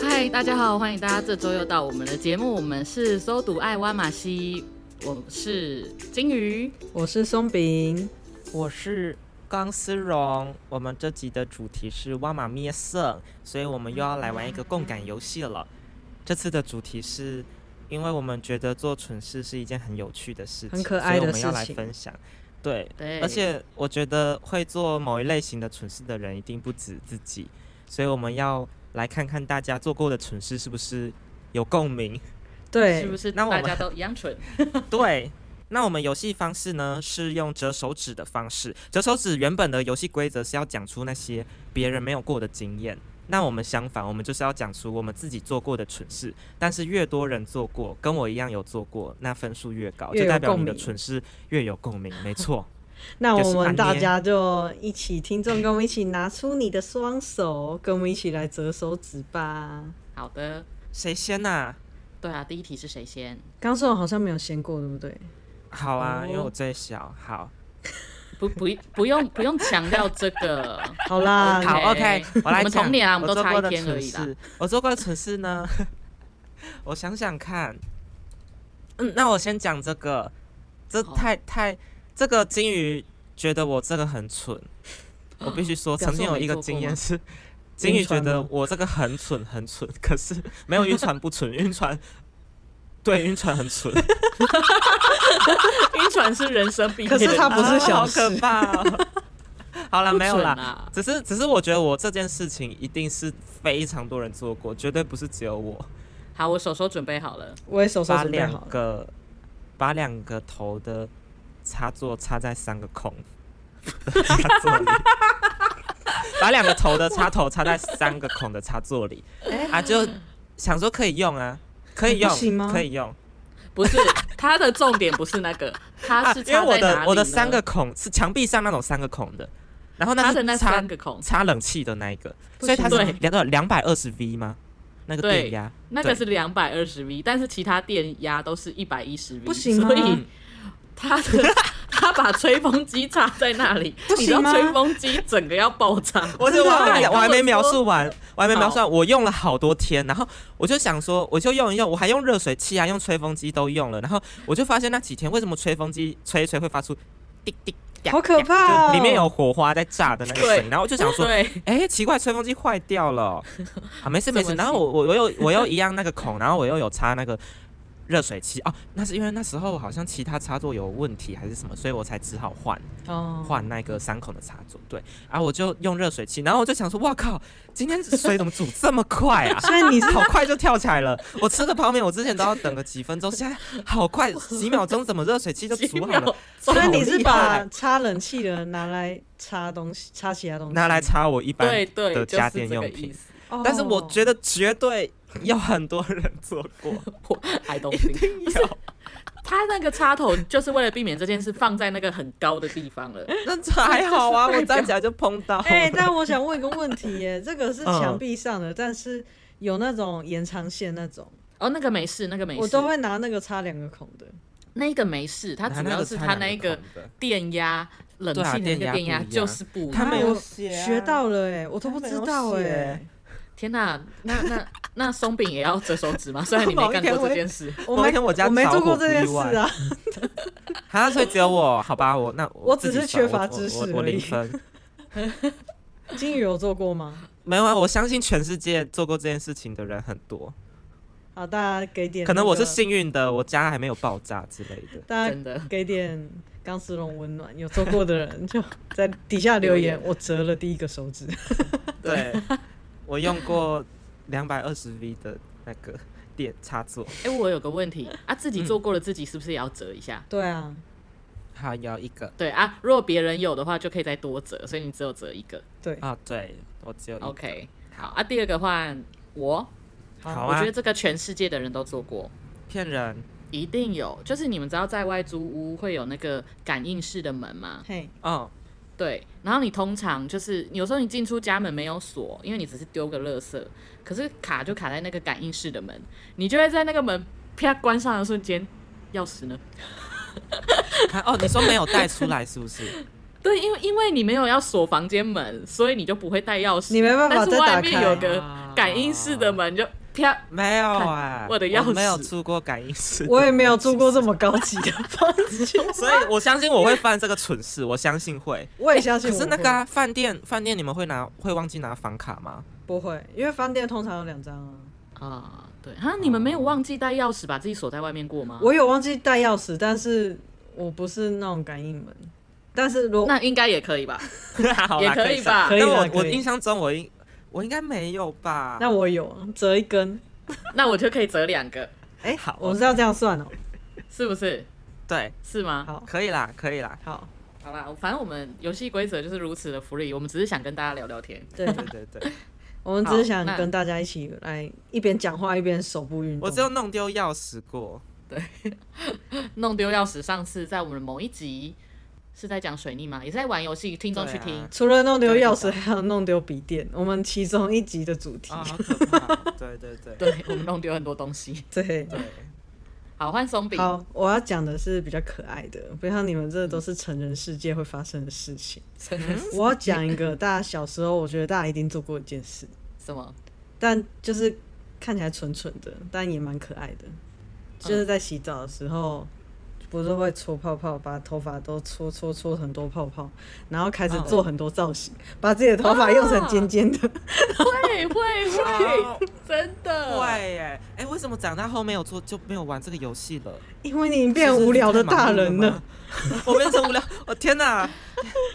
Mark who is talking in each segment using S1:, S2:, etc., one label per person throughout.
S1: 嗨，大家好，欢迎大家这周又到我们的节目，我们是搜读爱挖马西，我是金鱼，
S2: 我是松饼，
S3: 我是钢丝绒。我们这集的主题是挖马灭色，所以我们又要来玩一个共感游戏了。这次的主题是，因为我们觉得做蠢事是一件很有趣的事情，
S2: 很可爱
S3: 所以
S2: 的
S3: 我们要
S2: 事
S3: 来
S2: 情
S3: 分享。对，
S1: 对，
S3: 而且我觉得会做某一类型的蠢事的人一定不止自己，所以我们要来看看大家做过的蠢事是不是有共鸣。
S2: 对，
S1: 是不是
S3: 那我
S1: 大
S3: 们
S1: 家都一样蠢？
S3: 对，那我们游戏方式呢是用折手指的方式。折手指原本的游戏规则是要讲出那些别人没有过的经验，那我们相反，我们就是要讲出我们自己做过的蠢事。但是越多人做过，跟我一样有做过，那分数越高，
S2: 越
S3: 就
S2: 有
S3: 代表
S2: 共
S3: 你的
S2: 鸣
S3: 蠢事越有共鸣。没错，
S2: 那
S3: 就
S2: 我
S3: 是把
S2: 们
S3: 捏
S2: 大家就一起，听众跟我们一起拿出你的双手，跟我们一起来折手指吧。
S1: 好的，
S3: 谁先呐、
S1: 对啊，第一题是谁先？
S2: 刚说我好像没有先过，对不对？
S3: 好啊，因为
S1: 哦
S3: 我最小。好，
S1: 不不不用 不用强调这 个，
S2: 好啦，
S3: 好
S1: OK
S3: ，OK，我来
S1: 我们
S3: 讲
S1: 同年啊我们都
S3: 做
S1: 差
S3: 过
S1: 一
S3: 的
S1: 天
S3: 蠢
S1: 而已啦
S3: 事我做过的蠢事呢， 我想想看，嗯，那我先讲这个，这
S1: 好
S3: 太太这个金鱼觉得我这个很蠢，我必须说，
S1: 表示
S3: 曾经
S1: 我
S3: 有
S1: 没
S3: 一个
S1: 做过
S3: 经
S1: 吗
S3: 验是。金鱼
S2: 晕
S3: 觉
S2: 船
S3: 得
S2: 吗
S3: 我这个很蠢很蠢，可是没有晕船不蠢，晕船对晕船很 蠢，
S1: 晕船是人生必备。
S2: 可是它不是小
S3: 好
S2: 事
S3: 可怕、哦。 好了，
S1: 不
S3: 没有
S1: 蠢
S3: 啦，
S1: 啊，
S3: 只是，只是我觉得我这件事情一定是非常多人做过，绝对不是只有我。
S1: 好，我手手准备好了，
S2: 我也手手
S3: 把
S2: 准备
S3: 两
S2: 好了。
S3: 个，把两个头的插座插在三个孔 的插座里，把两个头的插头插在三个孔的插座里，啊，就想说可以用啊，可以
S2: 哎不行
S3: 用，
S2: 吗
S3: 可以用。
S1: 不是它的重点不是那个，它
S3: 啊，
S1: 是
S3: 因为
S1: 插
S3: 我
S1: 在哪
S3: 的
S1: 里
S3: 我的
S1: 呢
S3: 三个孔是墙壁上那种三个孔的，然后那
S1: 它
S3: 是
S1: 的那
S3: 插
S1: 三个孔，
S3: 插冷气的那一个，
S2: 不
S3: 所以它是
S1: 行
S3: 两多两百二十 V 吗？那个
S1: 对
S3: 电压
S1: 那个是两百二十 V，但是其他电压都是一百一十 V，
S2: 不行吗
S3: 啊
S1: 所以他的 他把吹风机插在那里，
S2: 不
S1: 你知道
S2: 行吗
S1: 吹风机整个要爆炸。
S3: 我
S2: 真
S3: 就
S2: 的
S3: 我
S2: 啊
S3: 还没
S1: 你跟
S3: 我还没
S1: 我
S3: 描
S1: 说
S3: 述完，我还没描述完，我用了好多天，然后我就想说，我就用一用，我还用热水器啊，用吹风机都用了，然后我就发现那几天为什么吹风机吹一吹会发出滴滴，啪
S2: 好可怕
S3: 就
S2: 哦！
S3: 里面有火花在炸的那个声
S1: 对
S3: 音，然后我就想说。
S1: 对，
S3: 哎、奇怪，吹风机坏掉 了哦、啊，没事没
S1: 怎
S3: 事。
S1: 么
S3: 然后我我我又我又一样那个孔，然后我又有插那个热水器哦，那是因为那时候好像其他插座有问题还是什么，所以我才只好换。
S2: 哦，？
S3: 换那个三孔的插座，对，然后我就用热水器，然后我就想说，哇靠，今天水怎么煮这么快 啊
S2: 所以你
S3: 好快就跳起来了！我吃个泡面，我之前都要等个几分钟，现在 好快，几秒钟，怎么热水器就
S1: 几
S3: 煮好
S1: 秒
S3: 了？
S2: 所以
S3: 好
S2: 你是
S3: 厉
S2: 把
S3: 害
S2: 插冷气的拿来插东西，插其他东西，
S3: 拿来。插我一般
S1: 对对，
S3: 的
S1: 就是
S3: 家
S1: 这
S3: 电用
S1: 个
S3: 品
S1: 意，思。
S2: 哦
S3: 但是我觉得绝对有很多人做 过，
S1: 我 I don't think 不是他那个插头就是为了避免这件事放在那个很高的地方了。
S3: 那这还好啊，
S1: 这是代表
S3: 我站起来就碰到了。
S2: 哎、 但我想问一个问题 耶，这个是
S3: 嗯
S2: 墙壁上的，但是有那种延长线那种，
S1: 哦，那个没事，那个没事，
S2: 我都会拿那个插两个孔的。
S1: 那个没事，它
S3: 拿
S1: 主
S3: 那
S1: 要
S3: 个
S1: 是它
S3: 插两
S1: 那
S3: 个
S1: 个
S3: 孔的
S1: 电压冷气
S3: 对啊
S1: 的那
S3: 电
S1: 个
S3: 压
S1: 电压
S3: 不一样
S1: 就是不一样
S3: 它没有
S2: 我
S3: 写啊
S2: 学到了哎，我都
S3: 它
S2: 不
S3: 没
S2: 知
S3: 有
S2: 道哎
S3: 写。
S1: 天呐，那那那松饼也要折手指吗？虽然你没干过这件事，
S2: 我
S3: 某一
S2: 没
S3: 天我家
S2: 我没
S3: 着
S2: 做过
S3: 火
S2: 这件
S3: 不
S2: 事
S3: 意外
S2: 啊，
S3: 啊，所以只有我，好吧，我那
S2: 我
S3: 自
S2: 只
S3: 己
S2: 是
S3: 爽
S2: 缺乏
S3: 我我
S2: 知识
S3: 我我
S2: 而
S3: 零
S2: 已
S3: 分。
S2: 金鱼有做过吗？
S3: 没有啊，我相信全世界做过这件事情的人很多，
S2: 好，大家给点、
S3: 可能我是，幸运的，我家还没有爆炸之类的。
S2: 大家
S1: 真的。
S2: 给点钢丝绒温暖。有做过的人就在底下留言，我折了第一个手指。
S3: 对，我用过两百二十 V 的那个电插座，嗯
S1: 哎、我有个问题啊，自己做过了自己是不是也要折一下？
S2: 对啊，
S3: 好，有一个
S1: 对啊，如果别人有的话，就可以再多折，所以你只有折一个。
S2: 对，
S3: 啊、对我只有一个
S1: OK，好啊。第二个换我，
S3: 好
S1: 我
S3: 啊
S1: 觉得，这个全世界的人都做过，
S3: 骗人
S1: 一定有。就是你们知道在外租屋会有那个感应式的门吗？
S2: 嘿，
S3: 哦，
S1: 对，然后你通常就是有时候你进出家门没有锁，因为你只是丢个垃圾，可是卡就卡在那个感应式的门，你就会在那个门啪关上的瞬间，钥匙呢？
S3: 看哦，你说没有带出来是不 是？
S1: 对，因为因为你没有要锁房间门，所以你就不会带钥匙，
S2: 你没办法
S1: 但是
S2: 再打
S1: 外面
S2: 开
S1: 有个感应式的门，就啪。
S3: 没有啊，
S1: 我的钥匙
S3: 没有出过感应室，
S2: 我也没有住过这么高级的房 间，
S3: 所以我相信我会犯这个蠢事，我相信会。
S2: 我也相信
S3: 可
S2: 我会。
S3: 是那个啊饭、店，饭店你们会拿会忘记拿房卡 吗？
S2: 不会，因为饭店通常有两张啊。
S1: 啊、对，哈，你们没有忘记带钥匙把自己锁在外面过吗？
S2: 我有忘记带钥匙，但是我不是那种感应门，但是如
S1: 那应该也可以吧？
S3: 好啦
S1: 也可以吧
S3: 可
S2: 可以
S3: 但
S2: 啦
S3: 我
S2: 可以
S3: 我印象中我应我应该没有吧？
S2: 那我有啊折一根，
S1: 那我就可以折两个，
S2: 哎、
S3: 好
S2: 我是要这样算哦、
S1: 是不是？
S3: 对，
S1: 是吗？
S2: 好
S3: 可以啦，可以啦。
S2: 好，
S1: 好啦，反正我们游戏规则就是如此的 free，我们只是想跟大家聊聊天。
S2: 对，
S3: 对对 对，
S2: 我们只是
S1: 好
S2: 想
S1: 那
S2: 跟大家一起来一边讲话一边手部运动。
S3: 我只有弄丢钥匙过。
S1: 弄丢钥匙，上次在我们某一集是在讲水逆吗？也是在玩游戏，听众去听。
S2: 除了弄丢钥匙，还有弄丢笔电，我们其中一集的主题。
S3: 啊，好可 怕！对对对
S1: 对我们弄丢很多东西。
S2: 对，
S3: 对，
S1: 好，换松饼。
S2: 好，我要讲的是比较可爱的，不像你们这都是成人世界会发生的事情。
S1: 真的是
S2: 我要讲一个大家小时候，我觉得大家一定做过一件事，
S1: 什么？
S2: 但就是看起来蠢蠢的，但也蛮可爱的。
S3: 嗯
S2: 就是在洗澡的时候，不是会搓泡泡，把头发都搓搓搓很多泡泡，然后开始
S3: 哦啊
S2: 做很多造型，把自己的头发用成尖尖的。
S1: 会会会，
S3: 好
S1: 真的。
S3: 会耶！哎，为什么长大后没有做就没有玩这个游戏了？
S2: 因为你变无聊的大人了，
S3: 是 不是太忙碌了吗。我变成无聊， 我天哪！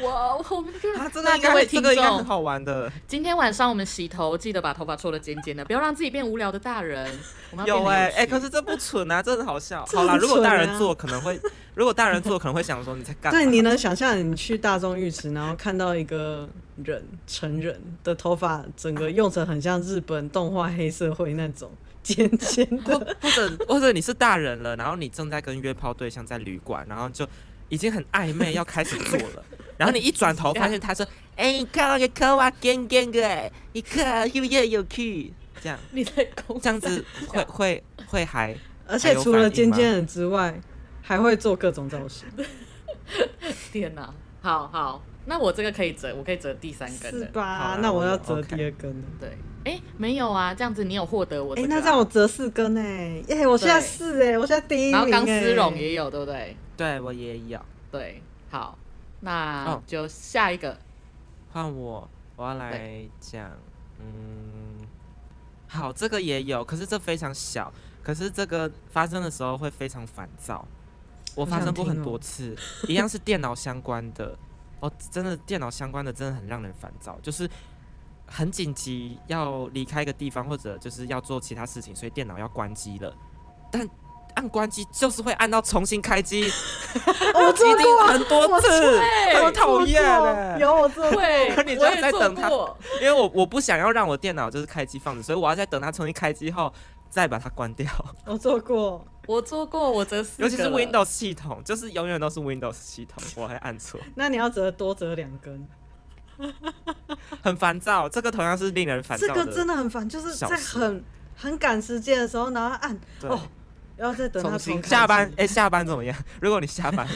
S1: 哇，我们就
S3: 啊，这个
S1: 那
S3: 应
S1: 各位
S3: 该
S1: 听
S3: 这个应该很
S1: 众，
S3: 好玩的。
S1: 今天晚上我们洗头，记得把头发搓的尖尖的，不要让自己变无聊的大人。我们要
S3: 有
S1: 变得
S3: 哎、
S1: 有
S3: 哎、
S1: 趣
S3: 可是这不蠢啊，真的好笑。
S2: 这
S3: 好啦，
S2: 很
S3: 如果大
S2: 蠢
S3: 人
S2: 啊
S3: 做可能会，如果大人做可能会想说你在干嘛？
S2: 对，你能想象你去大众浴池，然后看到一个人成人的头发整个用成很像日本动画黑社会那种尖尖
S3: 或
S2: 的，
S3: 或者或者你是大人了，然后你正在跟约炮对象在旅馆，然后就已经很暧昧要开始做 了，然后你一转头发现他说：“哎、你看那个科娃 gang gang 哎，你看又又有趣。”这样
S1: 你在公
S3: 这样子 会会会还
S2: 而且除了尖尖的之外，还会做各种造型，
S1: 天哪、啊 好好，那我这个可以折，我可以折第三根
S2: 是
S1: 的。
S3: 好
S2: 吧
S3: 啦？
S2: 那
S3: 我
S2: 我要
S3: 有
S2: 折
S3: OK
S2: 第二根了。
S1: 对，哎，没有啊，这样子你有获得我、
S2: 哎、
S1: 这个啊
S2: 那让我折四根哎、耶、我现在
S1: 对
S2: 四哎、我现在第一名
S1: 然
S2: 哎、
S1: 后钢丝绒也有，对不对？
S3: 对我也有
S1: 对，好，那
S3: 哦
S1: 就下一个。
S3: 换我，我要来讲，嗯，好，这个也有，可是这非常小，可是这个发生的时候会非常烦躁。我
S2: 我
S3: 发
S2: 想
S3: 生过
S2: 听
S3: 很
S2: 哦
S3: 多次，一样是电脑相关的，哦，真的电脑相关的真的很让人烦躁，就是很紧急要离开一个地方，或者就是要做其他事情，所以电脑要关机了，但按关机就是会按到重新开机，
S2: 哦我
S3: 一
S2: 做过啊
S3: 定很多次，
S1: 对
S3: 很讨厌
S2: 我做
S3: 欸
S2: 过有我做过，
S1: 对，
S3: 你就
S1: 我
S3: 要
S1: 也
S3: 再
S1: 做
S3: 等它
S1: 过。
S3: 因为我我不想要让我电脑就是开机放着，所以我要在等它重新开机后再把它关掉。
S2: 我做过，
S1: 我做过，我折四个
S3: 尤
S1: 了，
S3: 其是 Windows 系统，就是永远都是 Windows 系统，我还按错，
S2: 那你要折多折两根。
S3: 很烦躁。这个同样是令人烦躁
S2: 这
S3: 的。
S2: 个真的很烦，就是
S3: 小
S2: 在
S3: 事
S2: 很很赶时间的时候，然后按
S3: 对
S2: 哦，然后再等他
S1: 重新
S2: 重开
S3: 下班
S2: 机
S3: 哎、下班怎么样？如果你下班，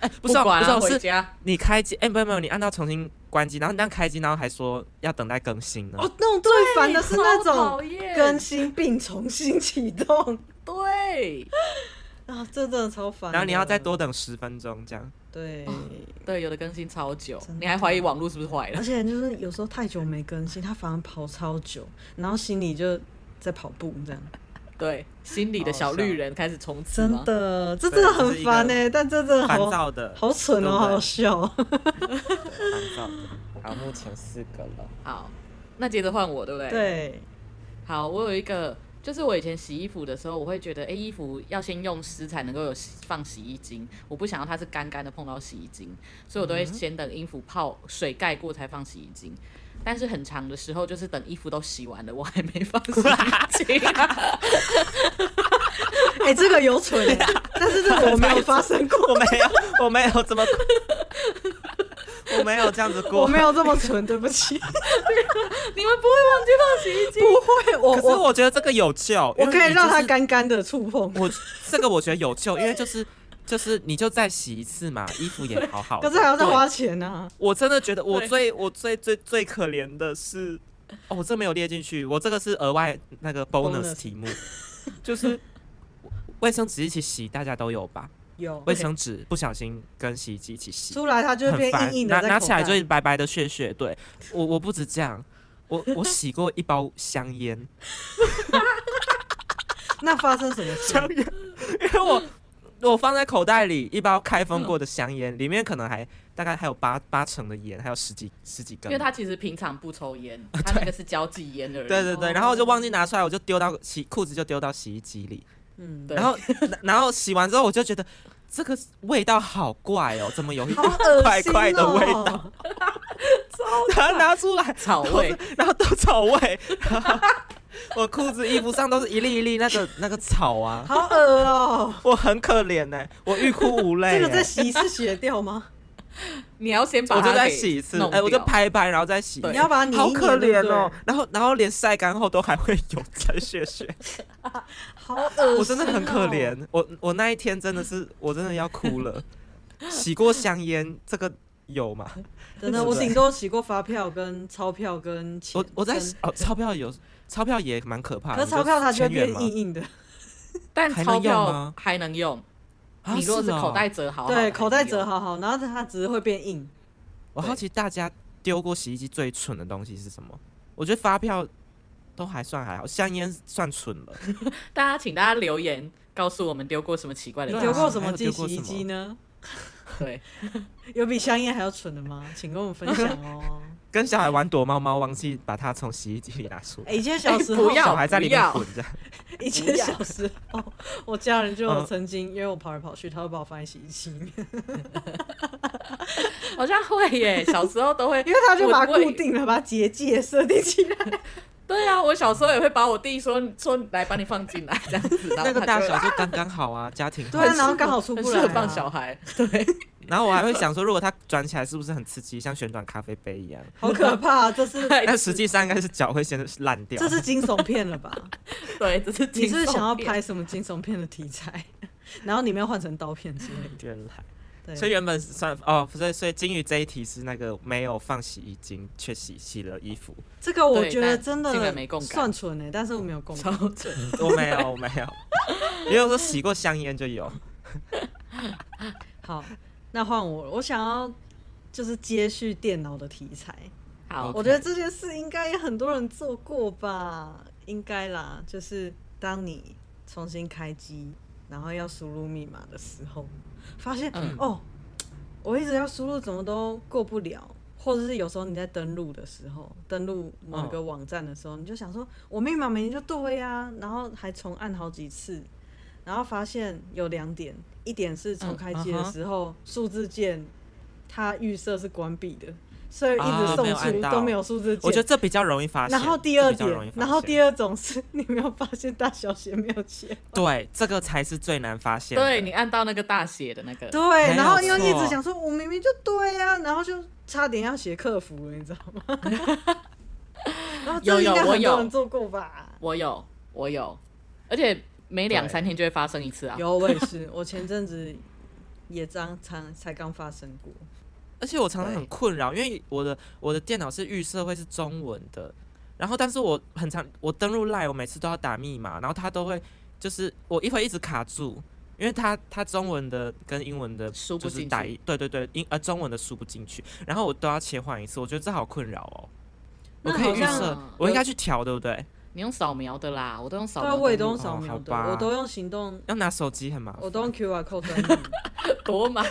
S3: 哎、
S1: 不
S3: 不是哦、
S1: 管
S3: 不是
S1: 了、
S3: 哦、
S1: 回
S3: 是
S1: 家。
S3: 你开机，哎、没有没有，你按到重新关机，然后你按开机，然后还说要等待更新呢。
S2: 哦，那种最烦的是那
S1: 超哎讨
S2: 种
S1: 厌
S2: 更新并重新启动
S1: 对
S2: 啊，这真的超烦的。
S3: 然后你要再多等十分钟这样。
S2: 对，
S1: 对，有的更新超久
S2: 真，的
S1: 你还怀疑网络是不是坏了
S2: 而？且就是有时候太久没更新，他反而跑超久，然后心里就在跑步这样。
S1: 对，心里的小绿人开始冲刺
S2: 真
S1: 吗？
S2: 的，这真的
S3: 对这是
S2: 很
S3: 一个
S2: 烦哎，但这真的
S3: 烦
S2: 好
S3: 躁的，
S2: 好蠢
S3: 对
S2: 哦，
S3: 不对
S2: 好好笑哦。
S3: 烦躁的。好， 目前四个了。
S1: 好，那接着换我，对不对？。
S2: 对，
S1: 好，我有一个就是我以前洗衣服的时候，我会觉得，哎、衣服要先用湿才能够有洗放洗衣精，我不想要它是干干的碰到洗衣精，所以我都会先等衣服泡水盖过才放洗衣精。但是很长的时候，就是等衣服都洗完了，我还没放洗衣精、
S2: 哎、这个有蠢、 欸，但是这个我没有发生过，
S3: 我没有，我没有怎么，我没有这样子 过，
S2: 我没。有这么蠢，对不 起，
S1: 你们不会忘记放洗衣
S2: 不
S1: 精？
S2: 会，我
S3: 可是
S2: 我
S3: 我觉得这个有救，
S2: 我
S3: 因为
S2: 可以
S3: 你
S2: 让它
S3: 就是
S2: 干干的触碰。
S3: 我这个我觉得有哦救，因为就是就是你就再洗一次嘛，衣服也好好的。
S2: 可是还要再
S3: 对
S2: 花钱啊呢、
S3: 我真的觉得我
S1: 对
S3: 最我最最最可怜的是，哦，我这没有列进去，我这个是额外那个 bonus
S2: Bonus
S3: 题目，就是卫生纸一起洗，大家都有吧？
S2: 有
S3: 卫生纸不小心跟洗衣机一起洗，
S2: 出来它就会
S3: 很
S2: 变
S3: 烦
S2: 硬，硬
S3: 拿
S2: 的，
S3: 拿起来就是白白的屑屑。对我我不止这样，我我洗过一包香烟，
S2: 那发生什么事？
S3: 香烟，因为我我放在口袋里一包开封
S2: 嗯
S3: 过的香烟，里面可能还大概还有八八成的烟，还有十几十几根
S1: 因为。他其实平常不抽 烟，他那个是交际烟而已。
S3: 对对对，然后我就忘记拿出来，我就丢到洗裤子就丢到洗衣机里，
S2: 嗯，
S1: 对
S3: 然后然后洗完之后我就觉得这个味道好怪哦，怎么有一
S2: 好
S3: 股
S2: 恶心、哦、哦
S3: 怪怪的味道，然后拿 出来
S1: 草味，
S3: 然后都草味， 然后我裤子衣服上都是一粒一粒那个那个草啊，
S2: 好恶哦、
S3: 我很可怜呢、我欲哭无泪、欸。
S2: 这个再洗一次洗得掉吗？
S1: 你要先把
S3: 我
S1: 它
S3: 就再
S1: 给
S3: 洗一次，
S1: 弄
S3: 哎、我就
S1: 掉
S3: 拍一拍，然后再洗。
S1: 对
S2: 你要把它
S3: 好
S2: 拧一
S3: 可
S2: 拧对
S3: 怜
S2: 不对
S3: 哦，然后然后连晒干后都还会有在 血血，
S2: 好恶心哦、
S3: 我真的很可怜。我我那一天真的是，我真的要 哭了。洗过香烟，这个有吗？
S2: 真
S3: 对
S2: 的，
S3: 不
S2: 我
S3: 对
S2: 顶多洗过发票、跟钞票、跟钱。
S3: 我我在
S2: 跟
S3: 哦，钞票有，钞票也蛮可怕的。
S2: 可是钞票它就会
S3: 千元
S2: 变
S3: 嘛
S2: 硬硬的，
S1: 但
S3: 还能
S1: 钞
S3: 用吗
S1: 票还能用，
S3: 啊
S1: 你如果是
S3: 哦
S1: 口袋折好好，还
S2: 对，
S1: 能
S2: 口袋折
S1: 用，
S2: 好好，然后它只是会变硬。
S3: 我好奇大家丢过洗衣机最蠢的东西是什么？我觉得发票都还算还好，香烟算蠢了。
S1: 大家请大家留言告诉我们丢过什么奇怪的
S3: 对
S1: 东
S3: 啊
S1: 西，
S2: 丢过什么
S3: 还有丢
S2: 进
S3: 过
S2: 洗衣
S3: 什么
S2: 机呢？
S1: 对，
S2: 有比香烟还要蠢的吗？请跟我们分享哦。
S3: 跟小孩玩躲猫猫，忘记把它从洗衣机里拿出来，
S2: 哎以前小时
S1: 哎
S2: 候
S1: 不，要
S3: 小孩在里
S1: 不
S3: 面
S1: 要
S3: 滚 着。
S2: 以前小时候，我家人就
S3: 嗯
S2: 曾经因为我跑来跑去，他会把我放在洗衣机里面，
S1: 好像会 耶，小时候都会，
S2: 因为他就把它
S1: 我
S2: 固。定了，把它结界设定起来。
S1: 我对啊，我小时候也会把我弟说说来把你放进来 这样子，然后
S3: 那个
S1: 他
S3: 大
S1: 就
S3: 小就刚刚好 啊，家庭
S2: 对啊，
S3: 号
S2: 然后刚好出
S1: 很
S2: 不
S1: 适
S2: 来
S1: 合
S2: 啊。
S1: 放小孩，
S3: 然后我还会想说，如果它转起来是不是很刺激，像旋转咖啡杯一样？
S2: 好可怕，这是
S1: 对
S3: 但实际上应该是脚会先烂掉
S2: 这。是惊悚片了吧？
S1: 对，只是
S2: 你是不是
S1: 惊悚
S2: 想要
S1: 片
S2: 拍什么惊悚片的题材？ 然后里面换成刀片之类的。
S3: 原来，
S2: 对，
S3: 所以原本是算哦，所以所以金鱼这一题是那个没有放洗衣精，却洗洗了衣服。
S2: 这个我
S1: 对
S2: 觉得
S1: 但
S2: 真
S1: 竟然没
S2: 的
S1: 共感
S2: 算蠢哎、但是我没有共
S1: 超
S2: 感。
S1: 准，
S3: 我哦没有，我没 有。因为我说洗过香烟就有，
S2: 好，那换我，我想要就是接续电脑的题材。
S1: 好
S3: OK
S2: 我觉得这件事应该也很多人做过吧，应该啦。就是当你重新开机，然后要输入密码的时候，发现、
S1: 嗯
S2: 哦，我一直要输入，怎么都过不了。或者是有时候你在登录的时候，登录某
S3: 嗯
S2: 一个网站的时候，你就想说，我密码明明就对呀、然后还重按好几次，然后发现有两点，一点是重
S1: 嗯
S2: 开机的
S3: 嗯哼
S2: 时候，数、字键它预设是关闭的，所以一
S3: 啊
S2: 直送
S3: 没有按
S2: 出、
S3: 到
S2: 都没有数字键。
S3: 我觉得这比较容易发现。
S2: 然后第二
S3: 这比较容易
S2: 点，
S3: 发现
S2: 然后第二种是你没有发现大小写没有 写，
S3: 对，这个才是最难发现的。
S1: 对你按到那个大写的那个，
S2: 对，
S3: 有
S2: 然后又一
S3: 错
S2: 直想说，我明明就对呀、然后就差点要写客服了，你知道吗？ 然后这
S1: 有
S2: 应
S1: 有
S2: 该
S1: 我
S2: 很
S1: 有
S2: 多人做过吧？
S1: 我有，我有，而且每两
S3: 对
S1: 三天就会发生一次啊。
S2: 有，我也是，我前阵子也刚才才刚发生过，
S3: 而且我常常很困扰，因为我的我的电脑是预设会是中文的，然后但是我很常我登录 Line，我每次都要打密码，然后它都会就是我一会一直卡住，因为它它中文的跟英文的
S1: 输不
S3: 就是
S1: 进去
S3: 打一对对对英呃中文的输不进去，然后我都要切换一次，我觉得这好困扰哦。我
S2: 那
S3: 可以
S2: 好
S3: 预
S2: 像啊
S3: 设，我应该去调，对不对？
S1: 你用扫描的啦，我都用扫
S2: 对
S1: 描登
S2: 啊，
S1: 录。
S2: 我也都用
S3: 哦
S2: 扫
S3: 好
S2: 描的，
S3: 吧
S2: 我都用行动，
S3: 要拿手机很麻
S2: 我
S3: 烦。
S2: 都用 QR code 专门。
S1: 多麻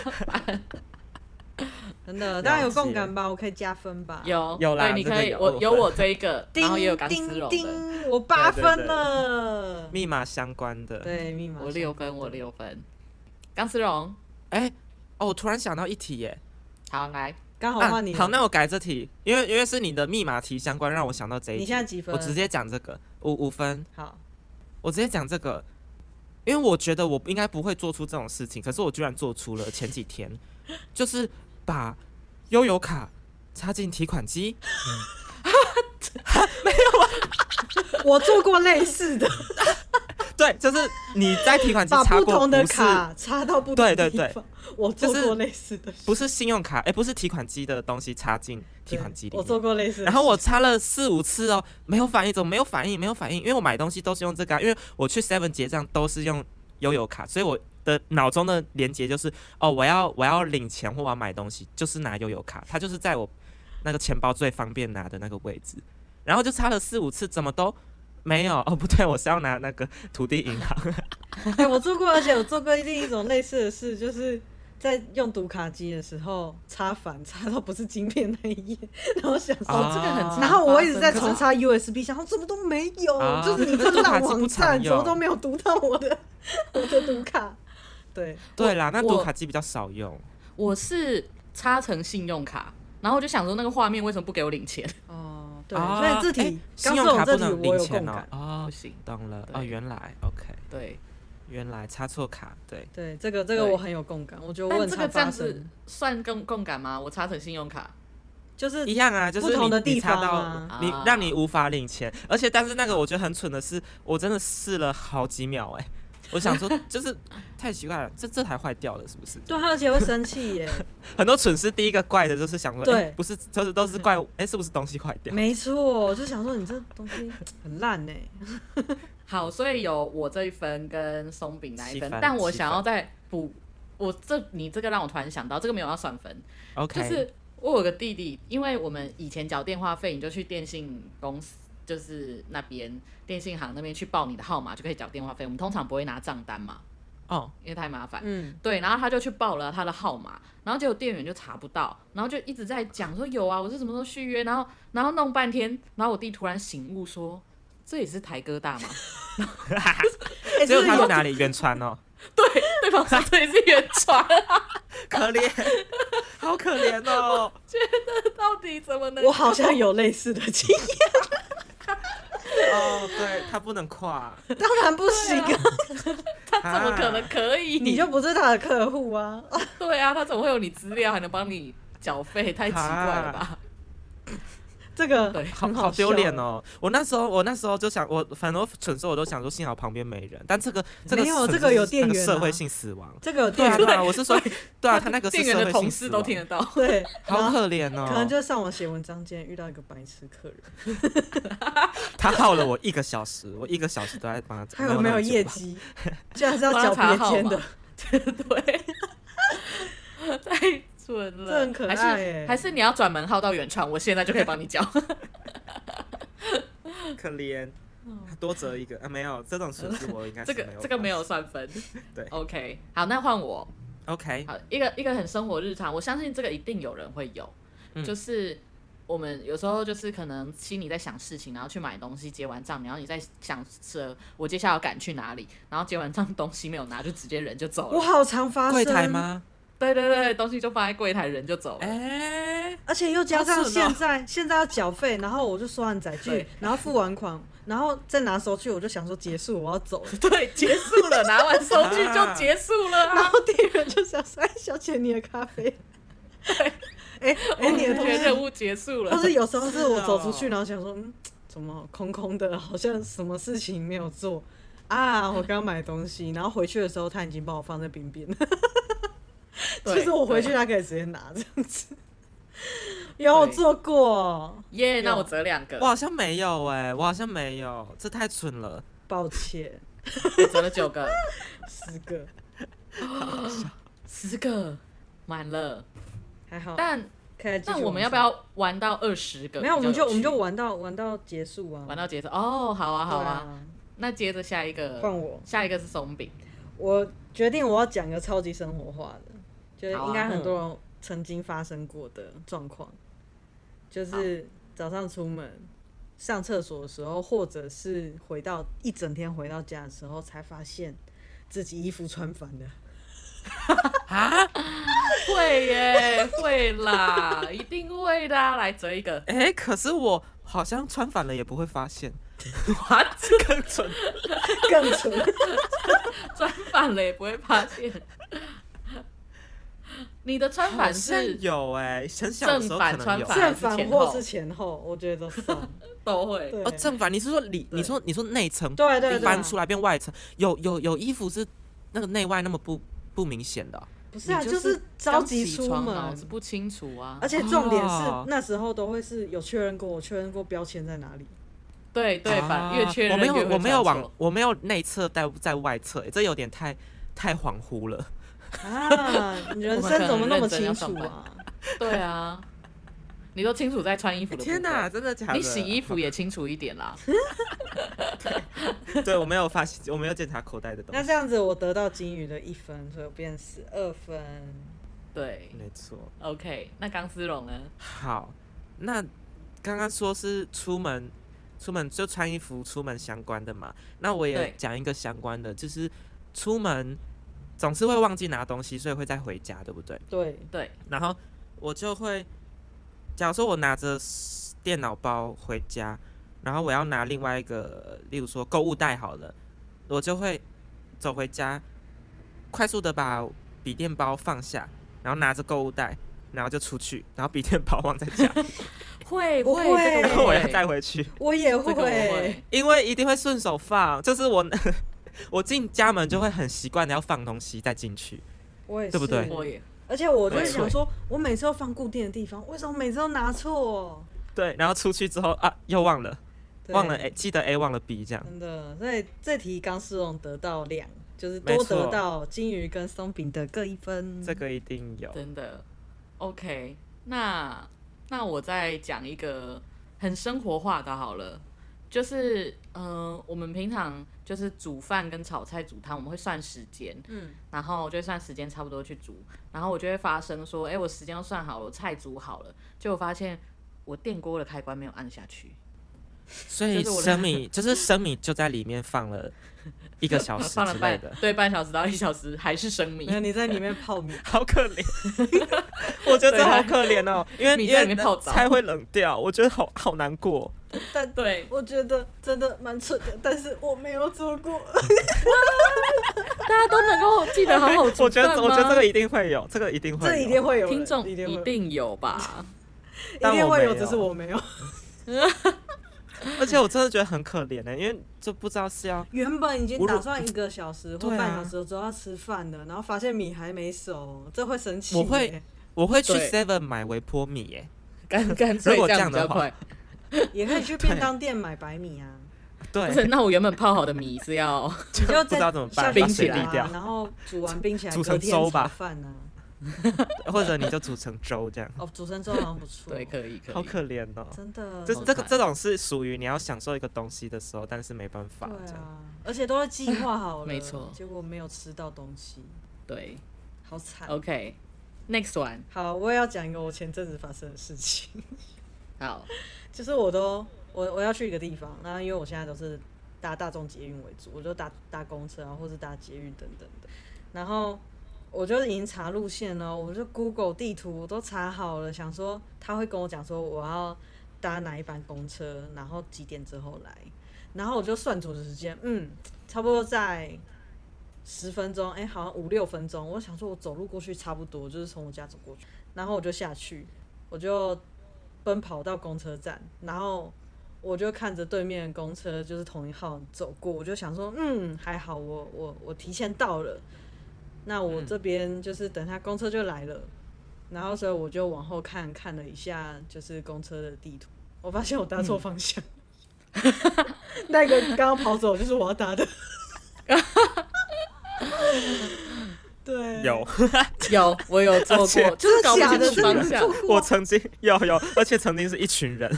S2: 真 的，大家有共
S3: 了
S2: 感吧？我可以加分吧？
S1: 有
S3: 有啦
S1: 对，你
S3: 这个
S1: 可以，
S3: 有
S1: 我有我这一个，
S2: 叮，
S1: 然后也有刚丝
S2: 叮
S1: 绒的，
S2: 叮，我八
S3: 对对
S2: 分
S3: 对
S2: 了。
S3: 密码相关的。，
S2: 对，密码
S1: 我六分，我六分，刚丝绒，
S3: 哎，哦，我突然想到一题耶，
S1: 好来，
S2: 刚好
S3: 啊
S2: 换你了。
S3: 好，那我改这题，因为因为是你的密码题相关，让我想到这一
S2: 你
S3: 题。
S2: 现在几分？
S3: 我直接讲这个五五分，
S2: 好，
S3: 我直接讲这个，因为我觉得我应该不会做出这种事情，可是我居然做出了。前几天就是把悠游卡插进提款机，
S2: 我做过类似 的，
S3: 对，就是你在提款机
S2: 把
S3: 插
S2: 不
S3: 过，
S2: 同的
S3: 不是
S2: 卡插到不同
S3: 对
S2: 的地
S3: 对对
S2: 方。我做
S3: 就是
S2: 过类似的事，
S3: 不是信用卡，哎、不是提款机的东西插进提款机里
S2: 我
S3: 面。
S2: 做过类似的事。
S3: 然后我插了四五次哦，没有反应，怎么没有反应？没有反应，因为我买东西都是用这个、啊，因为我去 Seven 结账都是用悠游卡，所以我的脑中的连接就是哦，我要我要领钱或我要买东西，就是拿悠游卡，它就是在我那个钱包最方便拿的那个位置，然后就插了四五次，怎么都没有哦，不对，我是要拿那个土地银行，
S2: 哎、我做过，而且我做过另一种类似的事，就是在用读卡机的时候插反，插到不是晶片那一页，然后想说。
S3: 啊
S1: 这个很常
S2: 然后我
S1: 发
S2: 一直
S1: 生
S2: 在
S1: 可是
S2: 重插 USB 想说怎么都没有，
S3: 啊
S2: 就是 你这档
S3: 这读卡机
S2: 网
S3: 不
S2: 站
S3: 常
S2: 怎么
S3: 用
S2: 都没有读到我的 我的读卡。对，
S3: 对啦，那
S1: 我
S3: 读卡机比较少用，
S1: 我是插成信用卡，然后我就想说那个画面为什么不给我领钱？
S2: 哦，对，
S3: 啊
S2: 所以这
S3: 哎
S2: 题刚
S3: 信用
S2: 这种
S3: 卡
S2: 这
S3: 不
S2: 题
S3: 能
S2: 我
S3: 领
S2: 有
S3: 钱
S2: 共
S3: 哦
S2: 感，。
S3: 哦
S1: 不，行，
S3: 懂了哦，
S1: 对
S3: 原来 OK，
S1: 对，
S3: 原来插错卡，对。
S2: 对，这个这个
S1: 对
S2: 我很有共感，我觉得我
S1: 但
S2: 很
S1: 这个
S2: 常
S1: 这
S2: 发
S1: 样子
S2: 生，
S1: 算共共感吗？我插成信用卡，
S2: 就是
S3: 一样啊，就是
S2: 不
S3: 你
S2: 同的地
S3: 你插
S2: 方
S3: 到
S2: 啊
S3: 你
S1: 啊
S3: 让你无法领钱，而且但是那个我觉得很蠢的是，我真的试了好几秒哎、 我想说就是太奇怪了，这这台坏掉了是不是？
S2: 对，而且会生气耶，
S3: 很多蠢事第一个怪的就是想说，
S2: 对
S3: 哎不是就是都是怪哎、是不是东西坏 掉？
S2: 没错，就想说你这东西很烂欸呢。
S1: 好，所以有我这一分跟松饼那一分
S3: 七分，
S1: 但我
S3: 七分
S1: 想要再补，我这你这个让我突然想到，这个没有要算分，
S3: OK，
S1: 就是我有个弟弟，因为我们以前缴电话费，你就去电信公司，就是那边电信行那边去报你的号码就可以缴电话费。我们通常不会拿账单嘛，
S3: 哦，
S1: 因为太麻烦。
S2: 嗯，
S1: 对，然后他就去报了他的号码，然后结果店员就查不到，然后就一直在讲说有啊，我是什么时候续约，然后然后弄半天，然后我弟突然醒悟说，这也是台哥大吗？
S2: 哎
S3: 结
S2: 这
S3: 果他去
S2: 个有
S3: 哪里远传哦，
S1: 对方说这也是原传，
S3: 可怜， 好可怜哦，
S1: 到底怎么能？
S2: 我好像有类似的经 验，
S3: 哦，对他不能跨，
S2: 当然不行啊，
S1: 他怎么可能
S3: 啊
S1: 可以？
S2: 你就不是他的客户啊。
S1: 对啊，他怎么会有你资料还能帮你缴费？太奇怪了吧？
S2: 这个
S1: 对
S3: 好
S2: 很
S3: 好
S2: 好
S3: 丢
S2: 笑
S3: 脸。哦！我那时候，我那时候就想，我反正我蠢事，我都想说，幸好旁边没人。但这个这个
S2: 没有
S3: 蠢
S2: 这
S3: 事
S2: 个有
S3: 是那
S2: 店员啊
S3: 社会性死 亡。
S2: 这个有
S3: 对
S2: 店
S3: 啊，
S2: 员
S3: 对啊，我是 说，对啊，他那个是
S1: 店员
S3: 社
S1: 的
S3: 会性
S1: 同
S3: 死
S1: 事
S3: 亡
S1: 都听，得到。
S2: 对，
S3: 好
S2: 然后
S3: 可怜哦。
S2: 可能就上网写文章，今天遇到一个白痴客人，
S3: 他耗了我一个小时，我一个小时都在帮他找。
S2: 他有没有
S3: 那么久
S2: 业
S3: 吧？
S2: 绩？居然是要缴别间的，
S1: 对， 太准了，
S2: 这很可爱
S1: 还
S2: 欸
S1: 是还是你要转门号到远传，我现在就可以帮你缴。
S3: 可怜，
S2: 嗯
S3: 多折一个啊，没有这种损失，我应该
S1: 这
S3: 是
S1: 个
S3: 没有
S1: 这个没有
S3: 发
S1: 算分。
S3: 对
S1: ，OK，好，那换我。
S3: 现 OK，
S1: 好，一个一个很生活日常，我相信这个一定有人会有，
S3: 嗯
S1: 就是我们有时候就是可能心里在想事情，然后去买东西，结完账，然后你在想着我接下来要赶去哪里，然后结完账东西没有拿，就直接人就走
S2: 我
S1: 了。
S2: 好常发生。
S3: 柜台？吗？
S1: 对对对，东西就放在柜台，人就走了。
S3: 哎，
S2: 而且又加上
S3: 好蠢哦
S2: 现在，现在要缴费，然后我就刷完载具
S1: 对，
S2: 然后付完款，然后再拿收据，我就想说结束，我要走了。
S1: 对，结束了，拿完收据就结束了、
S2: 然
S1: 啊。
S2: 后店员就想说：“哎，小姐，你的咖啡。”对，哎哎，你的
S1: 同
S2: 东
S1: 学
S2: 西
S1: 任务结束了哦
S2: 或，是有时候是我走出去，然后想说，嗯，怎么空空的，好像什么事情没有做啊？我刚买东西，然后回去的时候他已经帮我放在边边了。
S1: 对
S2: 其实我回去
S1: 对
S2: 他可以直接拿这样子。有我做过，
S1: 耶那我折两个，
S3: 我好像没有哎，我好像没有，这太蠢了。
S2: 抱歉，
S1: 我折了九个，
S2: 十个
S1: 十个满了。
S2: 还好。
S1: 但
S2: 可以继续
S1: 但我们
S2: 往
S1: 要不
S2: 下？
S1: 要玩到二十个比
S2: 没
S1: 较
S2: 有，
S1: 趣？
S2: 我们就我们就玩到玩到结束
S3: 嗯
S2: 啊。
S1: 玩到结束。哦，好啊，好
S2: 对
S1: 啊。
S2: 啊，
S1: 那接着下一个，
S2: 换我，
S1: 下一个是松饼。
S2: 我决定我要讲个超级生活化的，觉得
S1: 好啊
S2: 应该很多人曾经发生过的状况，就是早上出门上厕所的时候，或者是回到一整天回到家的时候，才发现自己衣服穿反 了。
S1: 会耶，会啦， 一定会的啊、来折一个，
S3: 哎、可是我好像穿反了也不会发现，
S1: 哇，
S3: 更蠢。
S2: 更蠢，
S1: 穿反了也不会发现。你的穿
S3: 哦好
S1: 反
S3: 像
S1: 是
S3: 有哎、很小的时
S1: 正
S3: 候可
S1: 反
S3: 能有
S1: 穿反
S2: 正
S1: 还是
S2: 反
S1: 前后
S2: 或是前后，我觉得都算。
S1: 都会，
S2: 对
S3: 哦，正反你是说里？你说你说内层
S2: 对对对，
S3: 翻出来变外层，有有有衣服是那个内外那么不不明显的哦、
S2: 不是啊，
S1: 你
S2: 就
S1: 就是
S2: 是着
S1: 刚
S2: 急
S1: 起
S2: 出
S1: 床脑
S2: 门
S1: 子，不清楚啊
S2: 而。且重点是
S3: 哦
S2: 那时候都会是有确认过，我确认过标签在哪 里。
S1: 对对，
S3: 啊
S1: 反越确认
S3: 我没有
S1: 越会
S3: 我没有
S1: 穿
S3: 往
S1: 错
S3: 我没有内侧在在外侧、欸这有点太太恍惚了。
S2: 啊，你人生怎么那么清楚啊？
S1: 对啊，你都清楚在穿衣服的部分。
S3: 哎天哪，真的假的？
S1: 你洗衣服也清楚一点啦。
S3: 对我没有发现，我没有检查口袋的东
S2: 那
S3: 西。
S2: 这样子我得到金鱼的一分，所以我变十二分。
S1: 对
S3: 没错。
S1: ，OK，那钢丝绒呢？
S3: 好，那刚刚说是出门，出门就穿衣服出门相关的嘛。那我也
S1: 对
S3: 讲一个相关的，就是出门总是会忘记拿东西，所以会再回家，对不对？
S2: 对，
S1: 对，
S3: 然后我就会，假如说我拿着电脑包回家，然后我要拿另外一个，例如说购物袋好了，我就会走回家，快速的把笔电包放下，然后拿着购物袋，然后就出去，然后笔电包忘在家，
S1: 会
S2: 我
S1: 会，
S2: 会
S1: 这
S3: 然
S1: 个
S3: 后
S1: 我
S3: 我
S1: 会
S3: 要带回去，
S2: 我也
S1: 这个我
S2: 会。
S1: 会。
S3: 因为一定会顺手放，就是我 我进家门就会很习惯的要放东西再进去，
S2: 我也是
S3: 对不对
S1: 我也
S2: 而且我就会
S3: 对
S2: 想说，我每次都放固定的地方，为什么每次都拿错？
S3: 对，然后出去之后啊又忘了，
S2: 对
S3: 忘了 A，记得 A 忘了 B 这样。
S2: 真的，所以这题刚丝绒得到两，就是多
S3: 没
S2: 得
S3: 错
S2: 到金鱼跟松饼的各一分。
S3: 这个一定有，
S1: 真的 OK 那。那我再讲一个很生活化的好了，就是嗯、呃我们平常就是煮饭跟炒菜、煮汤，我们会算时间，
S2: 嗯，
S1: 然后我就会算时间差不多去煮，然后我就会发生说，哎、我时间都算好了，我菜煮好了，结果发现我电锅的开关没有按下 去，
S3: 所以
S1: 就是我的
S3: 生米 就是生米就在里面放了一个小 时
S1: 放啊了
S3: 之类
S1: 半嗯
S3: 的，
S1: 对半小时到一小时还是生米
S2: 没，有你在里面泡米，
S3: 好可怜。 我觉得
S1: 对
S3: 好可怜哦，因为
S1: 米
S3: 因
S1: 在
S3: 为
S1: 里面泡澡
S3: 菜会冷掉，我觉得好好难 过。
S2: 但
S1: 对，
S2: 我觉得真的蛮蠢的，但是我没有做过。
S1: 大家都能够记得好好煮
S3: 我觉
S1: 饭
S3: 得我觉得这
S1: 吗
S3: 个一定会有，这个一定会有，
S2: 这一定会有人
S1: 听众
S2: 一定会
S1: 一
S2: 有
S1: 定有 吧？
S2: 一
S3: 但
S2: 定
S3: 我
S2: 会
S3: 没
S2: 有，
S3: 有
S2: 只是我没有。
S3: 而且我真的觉得很可怜欸呢，因为就不知道是要
S2: 原本已经
S3: 我如
S2: 打算一个小时或
S3: 对啊
S2: 半小时之后要吃饭的，然后发现米还没熟， 这会生气耶。
S3: 我会我会去
S1: 对
S3: Seven 买微波米耶，
S1: 干干脆
S3: 如果
S1: 这样
S3: 这样
S1: 比较
S3: 的话
S1: 快。
S2: 也可以去便当店买白米 啊，
S3: 对
S1: 不，是，那我原本泡好的米是要
S2: 你就
S3: 不知道怎么办
S2: 下
S3: 把
S2: 冰
S1: 水
S2: 啊
S3: 沥掉
S2: 然后煮完冰起来
S3: 煮
S2: 隔
S3: 成
S2: 天
S3: 粥吧
S2: 炒饭啊。
S3: 或者你就煮成粥这样，
S2: 哦，煮成粥好像不 错，
S1: 对，可以可以。
S3: 好可怜哦。
S2: 真的，
S3: 这
S1: 好
S3: 这个
S1: 惨
S3: 这种是属于你要享受一个东西的时候，但是没办法
S2: 对
S3: 这样。
S2: 啊，而且都是计划好 了，
S1: 没错
S2: 结果没有吃到东西，
S1: 对
S2: 好惨。
S1: ，OK，next、one，
S2: 好，我也要讲一个我前阵子发生的事情。
S1: 好，
S2: 就是我都我我要去一个地方，然后因为我现在都是搭大众捷运为主，我就搭搭公车啊，或是搭捷运等等的。然后我就已经查路线了，我就 Google 地图我都查好了，想说他会跟我讲说我要搭哪一班公车，然后几点之后来，然后我就算准时间，嗯，差不多在。十分钟，哎、好像五六分钟。我想说，我走路过去差不多，就是从我家走过去，然后我就下去，我就奔跑到公车站，然后我就看着对面的公车就是同一号走过，我就想说，嗯，还好我我我提前到了，那我这边就是等下公车就来了，然后所以我就往后看看了一下，就是公车的地图，我发现我搭错方向。那个刚刚跑走就是我要搭的， 对，
S3: 有，
S1: 有我有做
S3: 而且
S1: 过，就是搞不
S2: 假
S1: 清
S2: 的
S1: 楚方
S2: 真的
S1: 向
S2: 有，做过
S3: 我曾经有有，而且曾经是一 群 人，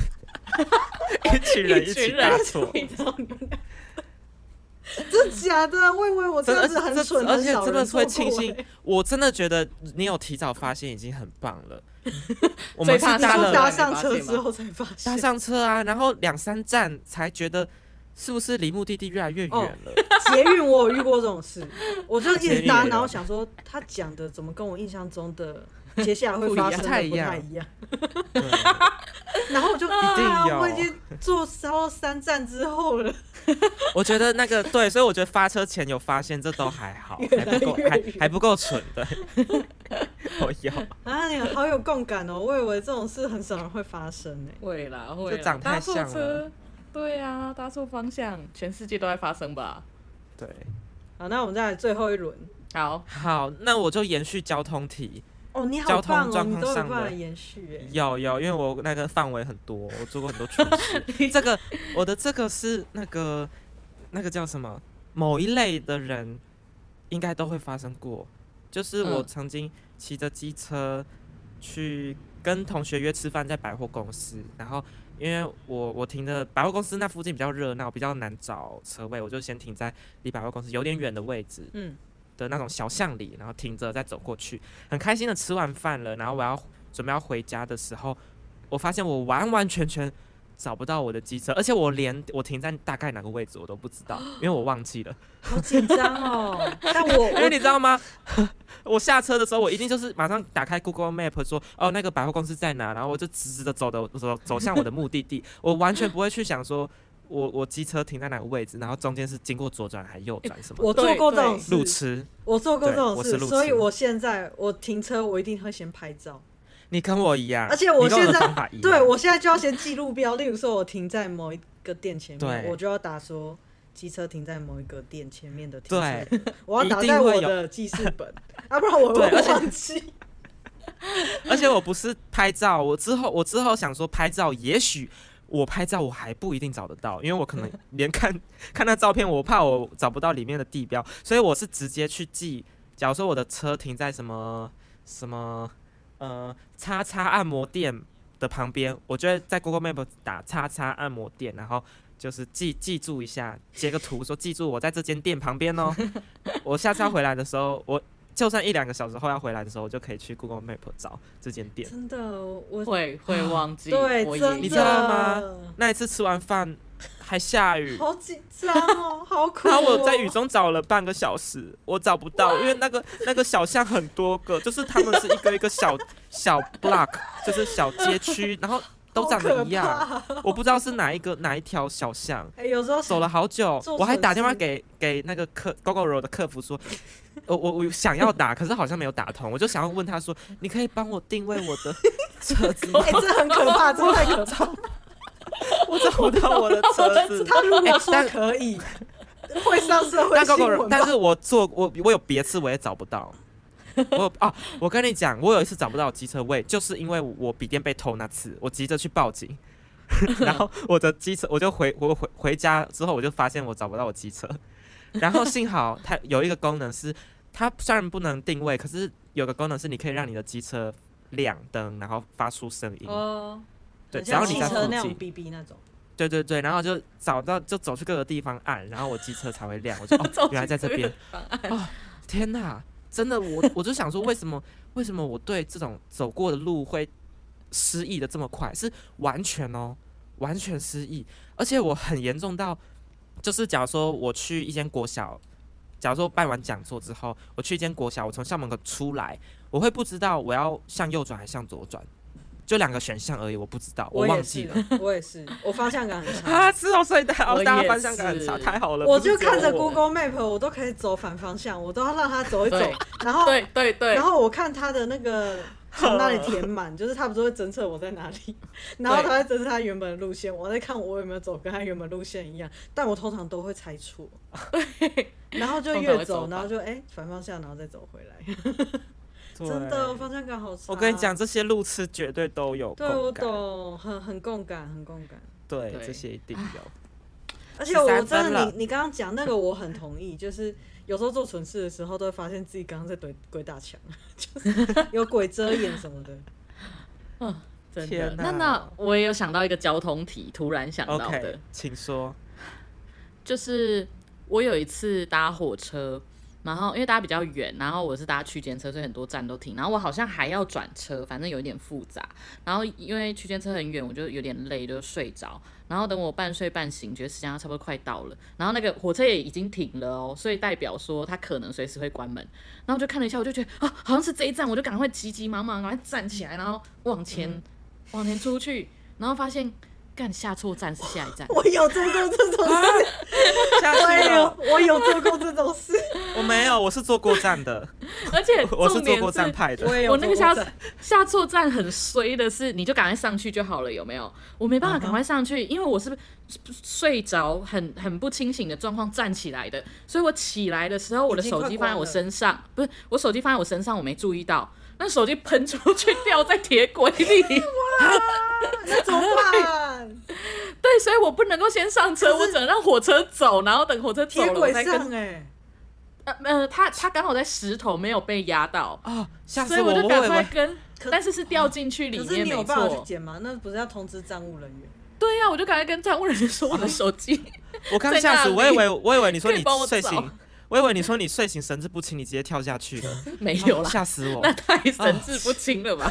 S3: 一群人
S1: 一群
S3: 一起
S1: 人
S3: 搭错，
S2: 你知道你们俩 真假的？我以为我这
S3: 真的，
S2: 样
S3: 而
S2: 子很
S3: 且
S2: 蠢，
S3: 这而
S2: 很
S3: 且
S2: 小
S3: 真的
S2: 人
S3: 是
S2: 错
S3: 会
S2: 过
S3: 庆幸
S2: 欸。，
S3: 我真的觉得你有提早发现已经很棒 了。我
S1: 最
S3: 们是
S1: 怕
S3: 搭
S1: 是
S2: 就
S3: 了
S1: 搭
S2: 搭
S1: 了
S2: 上
S1: 你发
S2: 车
S1: 现
S2: 之
S1: 吗
S2: 后才发现
S3: 搭， 上车啊，然后两三站才觉得是不是离目的地越来越远
S2: 哦
S3: 了？
S2: 捷运我有遇过这种事，我就一
S3: 捷运
S2: 直
S3: 也
S2: 搭，
S3: 有
S2: 然后想说他讲的怎么跟我印象中的接下来会
S3: 不一
S2: 发生的
S3: 样
S2: 不
S3: 不太
S2: 太
S3: 一
S2: 一
S3: 样
S2: 样，
S3: 对
S2: 然 后我就
S3: 一定
S2: 啊
S3: 有
S2: 我已经坐到三站之后了，
S3: 我觉得那个对，所以我觉得发车前有发现，这都还好，还不 够，
S2: 越来
S3: 还
S2: 越远
S3: 还不够蠢 的。我有，
S2: 啊，你好有共感哦！我以为这种事很少人会发生欸呢、
S1: 会啦会啦，
S3: 长太
S1: 搭错
S3: 像了
S1: 车，对啊，搭错方向，全世界都在发生吧。
S3: 对，
S2: 好，那我们再来最后一轮。
S1: 好，
S3: 好，那我就延续交通题。
S2: 哦，你好
S3: 交通
S2: 棒哦，
S3: 状
S2: 你
S3: 况
S2: 都有
S3: 上
S2: 办
S3: 的
S2: 法延续哎、
S3: 有有，因为我那个范围很多，我做过很多蠢 事。这个我的这个是那个那个叫什么？某一类的人应该都会发生过，就是我
S1: 嗯
S3: 曾经骑着机车去跟同学约吃饭，在百货公司，然后因为我我停的百货公司那附近比较热闹，比较难找车位，我就先停在离百货公司有点远的位置，
S2: 嗯，
S3: 的那种小巷里，然后停着再走过去，很开心的吃完饭了，然后我要准备要回家的时候，我发现我完完全全找不到我的机车，而且我连我停在大概哪个位置我都不知道，因为我忘记了。
S2: 好紧张哦。但我
S3: 因为
S2: 我
S3: 你知道吗？我下车的时候，我一定就是马上打开 Google Map 说，哦，那个百货公司在哪？然后我就直直的走的走走向我的目的地，我完全不会去想说我我机车停在哪个位置，然后中间是经过左转还右转什么的。
S2: 欸我做过这种事，
S3: 路痴，
S2: 我做过这
S3: 对
S2: 种
S3: 我是
S2: 事，
S3: 路
S2: 所以
S3: 痴
S2: 我现在我停车我一定会先拍照，
S3: 你跟我一样，
S2: 而且我
S3: 你跟我
S2: 现
S3: 的
S2: 在
S3: 方法一样
S2: 对我现在就要先记路标，例如说我停在某一个店前面，
S3: 对
S2: 我就要打说。机车停在某一个店前面的停车
S3: 对，
S2: 格，我要打
S3: 一
S2: 在
S3: 定会
S2: 我
S3: 有
S2: 的记事本，要、不然我
S3: 对
S2: 会
S3: 而 且
S2: 忘记。
S3: 而且我不是拍照，我之后我之后想说拍照，也许我拍照我还不一定找得到，因为我可能 连看看那照片，我怕我找不到里面的地标，所以我是直接去记。假如说我的车停在什么什么呃叉叉按摩店的旁边，我就会在 Google Map 打叉叉按摩店，然后。就是记记住一下，截个图说记住我在这间店旁边哦。我下次要回来的时候，我就算一两个小时后要回来的时候，我就可以去 Google Map 找这间店。
S2: 真的，我
S1: 会会忘记，
S2: 对，
S1: 我
S2: 真
S1: 也
S2: 的，
S3: 你知道吗那一次吃完饭还下雨，
S2: 好紧张哦，好苦、哦。
S3: 然后我 在雨中找了半个小时，我找不到，因为那 个那个小巷很多个，就是他们是一个一个小小 block，就是小街区，然后都长得一
S2: 好
S3: 样，我不知道是哪一个哪一条小巷。
S2: 哎、有时候
S3: 走了好久
S2: 做，
S3: 我还
S2: 蠢
S3: 打电话
S2: 事
S3: 给给那个客 GoGoRo 的客服说， 我我我想要打，可是好像没有打通，我就想要问他说，你可以帮我定位我的车子吗
S2: 哎、？这很可怕，这太可怕。
S3: 我找不到我的车子。
S2: 他如果说
S3: 但
S2: 可以，会上社会
S3: 但
S2: 新
S3: GoGoRo，
S2: 闻
S3: 但
S2: 吧？
S3: 是我做我我有别次我也找不到。我有 啊，我跟你讲，我有一次找不到机车位，就是因为我笔电被偷那次，我急着去报警， 然后我的机车我就回我回回家之后，我就发现我找不到我机车，然后幸好它有一个功能是，它虽然不能定位，可是有个功能是你可以让你的机车亮灯，然后发出声音，
S1: 哦，
S3: 对，
S2: 很
S3: 只要
S2: 像
S3: 你
S2: 汽
S3: 在
S2: 车
S3: 附
S2: 那种
S3: 近，
S2: BB 那种，
S3: 对对对，然后就找到就走去各个地方按，然后我机车才会亮，我就哦原来在这边，哦天呐，真的，我我就想说，为什么 为什么我对这种走过的路会失忆的这么快？是完全哦，完全失忆，而且我很严重到，就是假如说我去一间国小，假如说办完讲座之后，我去一间国小，我从校门口出来，我会不知道我要向右转还是向左转，就两个选项而已，我不知道，我忘
S2: 也
S3: 记
S2: 是
S3: 了。，
S2: 我也是，我方向感很 差。
S3: 啊，是哦，所以大
S1: 我
S3: 家
S1: 也
S3: 大家方向感很差，
S1: 是
S3: 太好了。
S2: 我
S3: 不是
S2: 就
S3: 只有
S2: 看着
S3: 我
S2: Google Map，我都可以走反方向，我都要让他走一走
S1: 对，
S2: 然后
S1: 对对对
S2: 然，后我看他的那个 从哪里填满，就是他不是会侦测我在哪里， 然后他会侦测他原本的路线，我在看我有没有走跟他原本路线一样，但我通常都会猜错， 然后就越
S1: 通常会走
S2: 走，
S1: 反
S2: 然后就哎、反方向，然后再走回来，
S3: 对
S2: 真的方向感好差。
S3: 我跟你讲，，这些路痴绝对都有共
S2: 对
S3: 感。
S2: 我懂，很很共感，很共感。
S3: 对，
S1: 对
S3: 这些一定有。
S2: 而且我
S3: 13
S2: 真
S3: 分
S2: 的，
S3: 了
S2: 你你刚刚讲那个，我很同意。 就是有时候做蠢事的时候，都会发现自己刚刚在怼鬼打墙， 就是有鬼遮眼什么的。
S1: 真的
S3: 天。
S1: 那
S3: 哪
S1: 那我也有 想到一个交通题，突然想到的
S3: OK，请说。
S1: 就是我有一次搭火车，然后因为搭比较远，然后我是搭区间车，所以很多站都停。然后我好像还要转车，反正有一点复杂。然后因为区间车很远，我就有点累，就睡着。然后等我半睡半醒，觉得时间差不多快到了，然后那个火车也已经停了哦，所以代表说它可能随时会关门。然后我就看了一下，我就觉得啊，好像是这一站，我就赶快急急忙忙赶快站起来，然后往前、
S3: 嗯
S1: 往前出去，然后发现干下错站是下一站。
S2: 我有做过这种事，
S3: 下
S2: 我
S3: 去
S2: 也有
S3: 了，，
S2: 我有做过这种事，
S3: 我没有，我是坐过 站的，
S1: 而且
S3: 我
S1: 重
S3: 是坐
S1: 点
S3: 过站
S1: 是，
S3: 派 的。
S2: 我也有
S1: 我那
S2: 做过
S1: 个
S2: 这种
S1: 下下错站很衰的是，你就赶快上去就好了，有没有？我没
S2: 嗯
S1: 办法赶快上去，因为我是睡着很很不清醒的状况站起来的，所以我起来的时候，我的
S2: 已经
S1: 手
S2: 快
S1: 机放在我
S2: 关了
S1: 身上，不是我手机放在我身上，我没注意到，那手机喷出去掉在铁轨 里，
S2: 那怎么 办？
S1: 对，所以我不能够先上车，我只能让火车走，然后等火车走
S2: 铁
S1: 了我
S2: 轨
S1: 再
S2: 上
S1: 跟。
S2: 哎、
S1: 呃呃，他他刚好在石头没有被压到，
S3: 哦，吓
S1: 所
S3: 死
S1: 以
S3: 我！
S1: 就
S3: 我
S1: 赶
S3: 以
S1: 快
S3: 为
S1: 跟，
S2: 可啊
S1: 但是是掉进去里
S2: 可是
S1: 面，
S2: 你有
S1: 没
S2: 办法去
S1: 错。
S2: 捡吗？那不是要通知账务人员？
S1: 对啊呀、我就赶快跟站务人员说我的手机。
S3: 我 刚
S1: 在
S3: 吓死，
S1: 那
S3: 我以
S1: 里
S3: 为我以 为你说
S1: 可以
S3: 你
S1: 帮我
S3: 睡
S1: 找
S3: 醒， 我以为你说你睡醒神志不清，你直接跳下去 了，哦
S1: 没有啦，
S3: 吓死我！
S1: 那太神志不清了吧？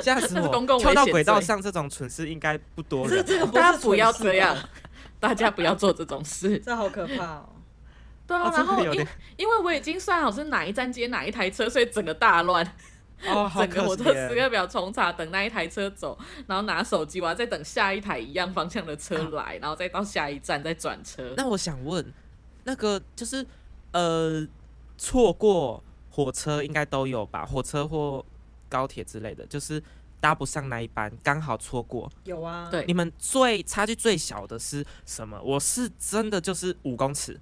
S3: 吓死
S1: 那是公
S3: 我！
S1: 共
S3: 跳
S1: 危
S3: 到
S1: 险
S3: 轨道
S1: 罪
S3: 上这种蠢事应该不多
S2: 这
S3: 人。
S2: 这个不
S1: 大家
S2: 是
S1: 不要
S2: 蠢
S1: 这
S2: 事啊
S1: 样
S2: 吧，，
S1: 啊大家不要做这种事。
S2: 这好可怕哦！
S1: 对啊，然
S3: 哦，真
S1: 后
S3: 的有
S1: 因为
S3: 点
S1: 因为我已经算好是哪一站接哪一台车，所以整个大乱，
S3: 哦，好
S1: 整个
S3: 可
S1: 我
S3: 惜
S1: 的时
S3: 耶。
S1: 刻表重查，等那一台车走，然后拿手机，我要再等下一台一样方向的车来，然后再到下一站再转车。
S3: 那我想问，那个就是呃，错过火车应该都有吧？火车或高铁之类的，就是搭不上那一班，刚好错过。
S2: 有啊，
S1: 对
S3: 你们最差距最小的是什么？我是真的就是五公尺，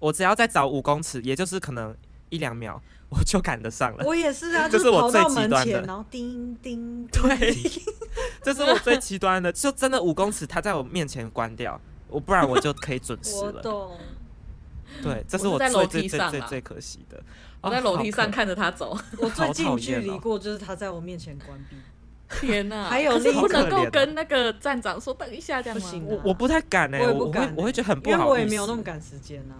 S3: 我只要再早五公尺，也就是可能一两秒，我就赶得上了。
S2: 我也是啊，
S3: 这
S2: 就是
S3: 我
S2: 跑到
S3: 最极
S2: 门
S3: 端的
S2: 前，然后叮叮，
S3: 对， 这是我最极端的，就真的五公尺，它在我面前关掉，我不然我就可以准时
S2: 我
S3: 了。
S2: 懂。
S3: 对，这是
S1: 我是在
S3: 最
S1: 楼
S3: 最
S1: 梯
S3: 最
S1: 上
S3: 最
S1: 啦
S3: 最可惜的。
S1: 我
S3: 哦
S1: 在楼
S3: 好
S1: 梯
S3: 可
S1: 上看着他走，
S2: 我最
S3: 好
S2: 近
S3: 讨
S2: 距
S3: 厌
S2: 离
S3: 哦
S2: 过就是他在我面前关闭，
S1: 天 哪！
S2: 还有
S1: 可啊是
S2: 另一
S1: 不能
S3: 好
S1: 够
S3: 可怜哦
S1: 跟那个站长说等一下这样吗？
S2: 不行啊
S3: 我我不太敢哎、
S2: 我也
S3: 我
S2: 不敢
S3: 会我会觉得很
S1: 欸
S3: 不
S2: 因为
S3: 好
S2: 我也
S3: 意
S2: 没有那
S3: 思
S2: 么赶时间啊。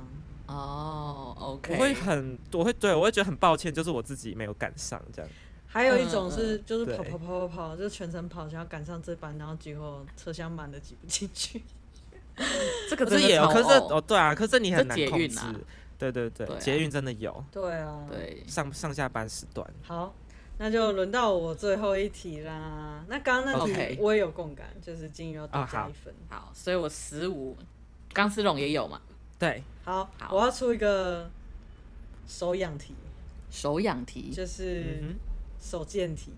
S1: 哦，OK，
S3: 我会很我会对我会觉得很抱歉，就是我自己没有赶上这样。
S2: 还有一种是就是跑
S3: 嗯对
S2: 跑跑跑跑，就是全程跑，想要赶上这班，然后结果车厢满了挤不进去。
S1: 这个
S3: 可
S1: 真
S3: 是
S1: 的
S3: 也有，
S1: 超
S3: 可是
S1: 偶
S3: 哦，对啊，可是你
S1: 这
S3: 很难
S1: 捷
S3: 控
S1: 运
S3: 制
S1: 啊。
S3: 对对对
S1: 对，啊
S3: 捷运真的有
S2: 对啊，，
S1: 对，
S3: 上上下班时段。
S2: 好，那就轮到我最后一题啦。那刚刚那
S1: OK
S2: 题我也有共感，就是金鱼要多
S3: 啊
S2: 加
S3: 好
S2: 一分。
S1: 好，所以我十五，钢丝绒也有嘛，
S3: 对，
S2: 好，
S1: 好
S2: 我要出一个手痒题，
S1: 手痒题，
S2: 就是
S3: 嗯
S2: 手贱题。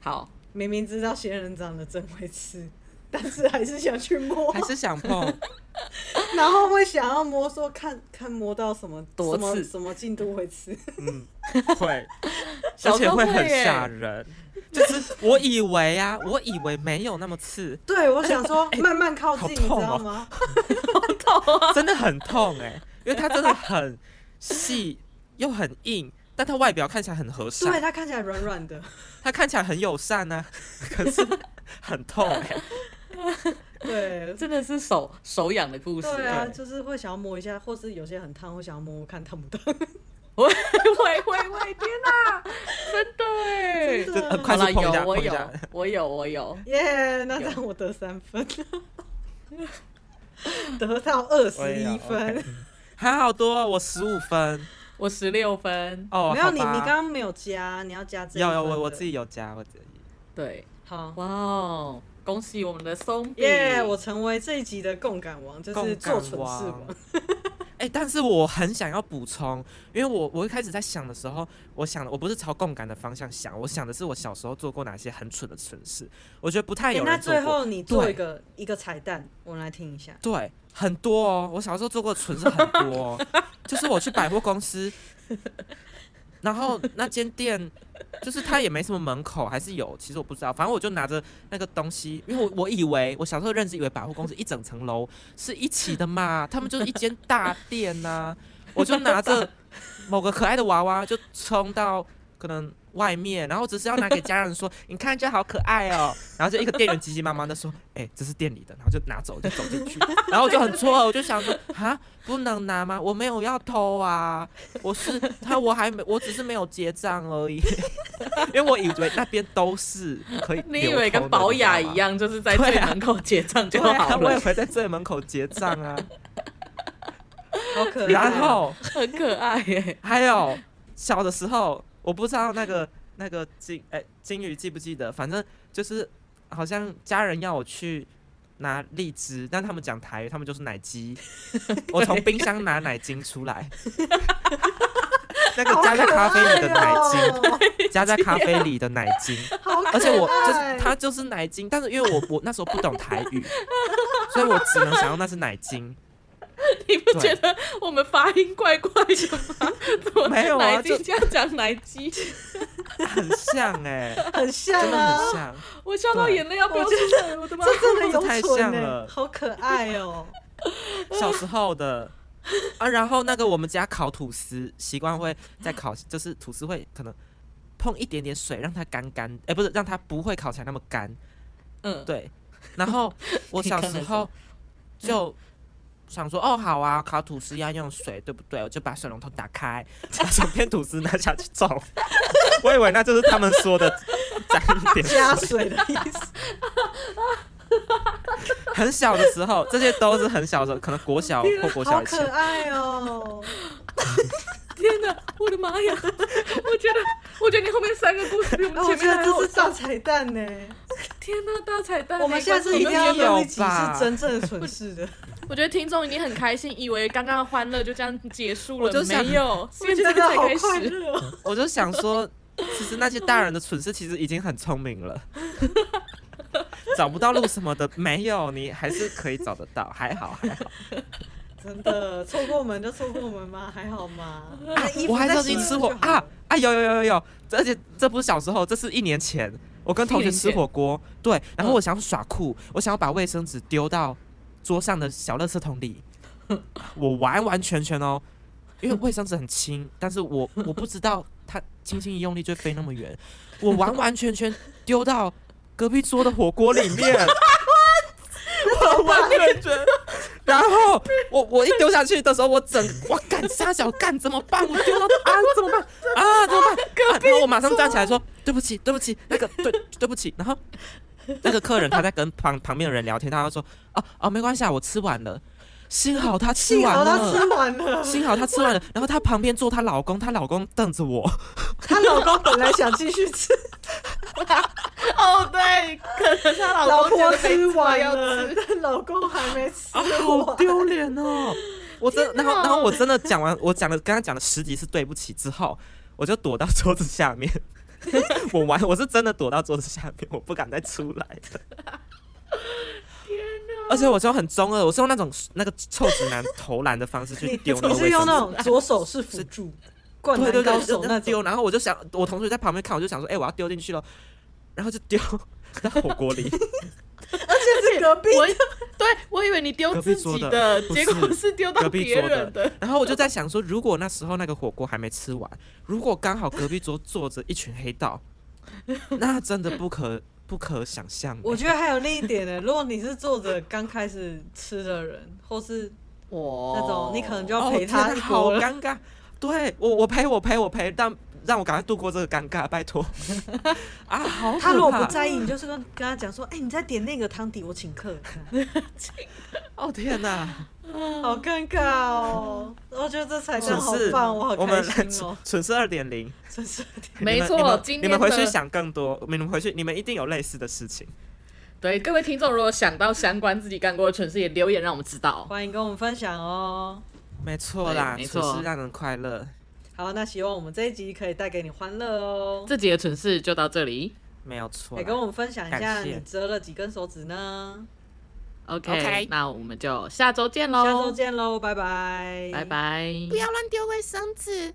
S1: 好，
S2: 明明知道仙人掌的真会吃，但是还是想去摸
S3: 哼，，还是 想碰。
S2: 然后会想要摸说看看摸到什么
S1: 多
S2: 什么
S1: 刺
S2: 什么进度会 吃。
S3: 嗯，会，
S1: 小
S3: 而且
S1: 时候
S3: 会
S1: 会
S3: 很
S1: 耶
S3: 吓人。就是我以为啊，我以为没有那么刺，
S2: 对，我想说慢慢靠
S3: 哎好
S2: 近，
S3: 痛
S2: 你知道
S3: 哦
S2: 吗？
S3: 真的很痛哎、因为它真的很细又很硬，但它外表看起来很和
S2: 对，
S3: 善，
S2: 它看起来软软 的。
S3: 它看起来很友善呢、 可是很痛哎、
S2: 对，
S1: 真的是手手痒的故事，
S2: 对啊，
S3: 对
S2: 就是会想要摸一下，或是有些很烫，会想要摸摸看烫不烫。
S1: 会会会会，天哪， 真的哎
S2: 真的
S3: 就很
S1: 好
S3: 快
S1: 了，
S3: 速碰一
S1: 有
S3: 下，
S1: 我
S3: 碰一
S1: 有
S3: 下。
S1: 我有我有，
S2: 耶、那
S1: 有
S2: 让我得三 分，得到二
S3: 我
S2: 十
S3: 也有
S2: 一分。
S3: 哎 OK 还好多哦，我十五分
S1: 我十六分，
S3: 哦。
S2: 没有
S3: 好
S2: 你，
S3: 吧
S2: 你刚刚没有加，你要加这一
S3: 有有
S2: 分
S3: 我我
S2: 的
S3: 自己有加，我自己
S1: 对，
S2: 好。
S1: 哇哦，恭喜我们的松饼，
S2: 耶、我成为这一集的共感王，就
S3: 共
S2: 是
S3: 感
S2: 做蠢事
S3: 王
S2: 王。
S3: 哎、但是我很想要补充，因为我我一开始在想的时候，我想的我不是朝共感的方向想，我想的是我小时候做过哪些很蠢的蠢事，我觉得不太
S2: 哎
S3: 有
S2: 那
S3: 人做
S2: 最
S3: 过。
S2: 后你做
S3: 对
S2: 一个一个彩蛋，我们来听一下。
S3: 对，很多哦，我小时候做过的蠢事很多、哦， 就是我去百货公司，然后那间店就是它也没什么门口，还是有，其实我不知道，反正我就拿着那个东西，因为我我以为我小时候认知以为百货公司一整层楼是一起的嘛，他们就是一间大店呐、我就拿着某个可爱的娃娃就冲到。可能外面，然后只是要拿给家人说，你看这好可爱哦，然后就一个店员急急忙忙的说，哎、这是店里的，然后就拿走，就走进去，然后我就很错愕，我就想说，啊，不能拿吗？我没有要偷啊，我是他，我还没，我只是没有结账而已，因为我以为那边都是可以流通的，
S1: 你以为跟保雅
S3: 知道
S1: 一
S3: 吗
S1: 样，就是在
S3: 对
S1: 最
S3: 啊
S1: 门口结账
S3: 对
S1: 就
S3: 啊，
S1: 好
S3: 我
S1: 了
S3: 也，会在这门口结账啊。
S2: 好可爱。哦
S3: 然后
S1: 很可爱耶。
S3: 还有小的时候，我不知道那个那个金哎、金鱼记不记得，反正就是好像家人要我去拿荔枝，但他们讲台语，他们就是奶 鸡，我从冰箱拿奶精出 来。那个加在咖啡里的奶精，
S2: 精，
S3: 加在咖啡里的奶精，
S2: 哦好可爱
S3: 而且我就是它就是奶精，但是因为我我那时候不懂台语，所以我只能想用那是奶精。
S1: 你不
S3: 对
S1: 觉得我们发音怪怪的 吗？怎么
S3: 没有啊
S1: 奶
S3: 就
S1: 鸡这样讲奶鸡，
S3: 很像哎、
S2: 很像
S3: 真的
S2: 啊
S3: 很，像。
S1: 我笑到
S3: 对
S1: 眼泪要飙
S2: 我
S1: 出
S2: 觉
S1: 来了，我哦的妈！
S2: 这 真的有
S3: 太
S2: 蠢
S3: 像
S2: 欸
S3: 了
S2: 好可爱哦。
S3: 小时候的啊，然后那个我们家烤吐司习惯会在烤，就是吐司会可能碰一点点水，让它干干，哎、不是让它不会烤起来那么干，
S1: 嗯，
S3: 对。然后我
S1: 你
S3: 小
S1: 看
S3: 时
S1: 得
S3: 候就想说， 哦，好啊，烤吐司要用水，对不对？我就把水龙头打开，把整片吐司拿下去走。 我以为那就是他们说的沾一点水
S2: 加水的意 思，
S3: 很小的时候，这些都是很小的时候，可能国小或国小
S2: 好
S3: 以
S2: 可
S3: 前。
S2: 爱哦！
S1: 天哪，我的妈呀！ 我觉得，我觉得你后面三个故事比我
S2: 哎
S1: 们
S2: 我
S1: 前
S2: 觉
S1: 面
S2: 得
S1: 还好
S2: 这是大彩蛋呢。
S1: 天哪，大彩蛋！
S2: 我们
S1: 没关
S2: 下
S1: 系
S2: 次一定要
S3: 有
S2: 录一集
S3: 吧
S2: 是真正的蠢事的。
S1: 我觉得听众已经很开心，以为刚刚的欢乐就这样结束
S3: 我就
S1: 了，
S3: 想
S1: 没有，
S2: 我
S1: 现
S2: 觉
S1: 在
S2: 得
S1: 才
S2: 好
S1: 开
S2: 快
S1: 始。
S2: 乐哦！
S3: 我就想说， 其实那些大人的蠢事其实已经很聪明 了，找不到路什么的，没有，你还是可以找得到，还好 还好。
S2: 真的，错过我们就错过我们嘛，还好嘛。啊衣服
S3: 我还
S2: 再
S3: 曾经
S2: 洗
S3: 吃
S2: 了
S3: 火
S2: 就好
S3: 啊
S2: 了
S3: 啊，有有有有有，而且这不是小时候，这是一年前，我跟同学吃火锅，对，然后
S2: 嗯
S3: 我想耍酷，我想要把卫生纸丢到桌上的小垃圾 桶里，我完完全全哦。因为卫生纸很轻，但是我我不知道它轻轻一用力就飞那么远，我完完全全丢到隔壁桌的火锅里面， 我完全全，然后我我一丢下去的时候，我整我干傻小干怎么办？我丢到啊怎么办啊怎么办？啊然后我马上站起来说对不起对不起，那个对对不起，然后那个客人他在跟旁旁边的人聊天，他就说哦哦没关系啊，我吃完了。幸好他啊吃
S2: 幸
S3: 完
S2: 好
S3: 了，
S2: 她吃完了。
S3: 幸好她吃完了，然后她旁边坐她老公，她老公瞪着我，
S2: 她老公本来想继续吃，
S1: 哦，对，可能他
S2: 老
S1: 老公觉
S2: 婆
S1: 得没
S2: 吃完
S1: 要
S2: 了
S1: 吃，
S2: 但 老公还没吃
S3: 啊，好
S2: 完。
S3: 丢脸哦！我真，然后然后我真的讲完，我讲了跟她讲了十几次对不起之后，我就躲到桌子下面。 我玩，我是真的躲到桌子下面，我不敢再出来了。而且我是用很中二，我是用那种那个臭直男投篮的方式去
S2: 你
S3: 丢那
S2: 你
S3: 个
S2: 是
S3: 卫
S2: 用
S3: 生
S2: 那种
S3: 纸。
S2: 左手是辅助，灌
S3: 对对
S2: 篮
S3: 对，
S2: 高
S3: 就
S2: 手那
S3: 丢，
S2: 种。
S3: 然后我就想，我同学在旁边看，我就想说，哎、我要丢进去了，然后就丢 到火锅里。
S2: 而且是隔壁
S1: 我对我以为你丢
S3: 隔壁
S1: 自
S3: 桌
S1: 己
S3: 的
S1: 的，
S3: 不
S1: 结
S3: 是
S1: 果是丢
S3: 隔
S1: 到
S3: 壁
S1: 别
S3: 桌的
S1: 人的。
S3: 然后我就在想说，如果那时候那个火锅还没吃完，如果刚好隔壁桌坐着一群 黑道，那真的不可不可想象欸。
S2: 我觉得还有另一点呢，如果你是坐着刚开始吃的人，或是
S1: 哇
S2: 那种你可能就
S3: 哦
S2: 要陪
S3: 天
S2: 他
S3: 哪
S2: 一
S3: 好
S2: 锅了。
S3: 尴尬。对我，我陪我陪我陪，但让我赶快度过这个尴尬，拜托。啊，好可怕！
S2: 他如果不在意，你就是跟跟他讲说，哎、你再点那个汤底，我请 客，
S3: 哦天哪，
S2: 好尴尬哦。我觉得这彩蛋
S3: 蠢
S2: 好
S3: 事，
S2: 棒，我好
S3: 们，
S2: 开心哦
S3: 蠢事二点零，
S2: 真是
S1: 没
S3: 你们
S1: 错
S3: 你们
S1: 今
S3: 你们
S1: 天
S3: 回去
S1: 的
S3: 想更多，你们回去，你们一定有类似的事情。
S1: 对各位听众，如果想到相关自己干过的蠢事，也留言让我们知道。
S2: 欢迎跟我们分享哦。
S3: 没错
S1: 对
S3: 啦，
S1: 没
S3: 蠢
S1: 错
S3: 事让人快乐。
S2: 好，那希望我们这一集可以带给你欢乐哦。
S1: 这集的蠢事就到这里。
S3: 没有错啦，
S2: 也哎跟我们分享一下
S3: 感谢
S2: 你折了几根手指呢？
S1: OK，,
S3: OK
S1: 那我们就下周见喽，
S2: 下周，见喽，拜拜，
S1: 拜拜。
S4: 不要乱丢卫生纸。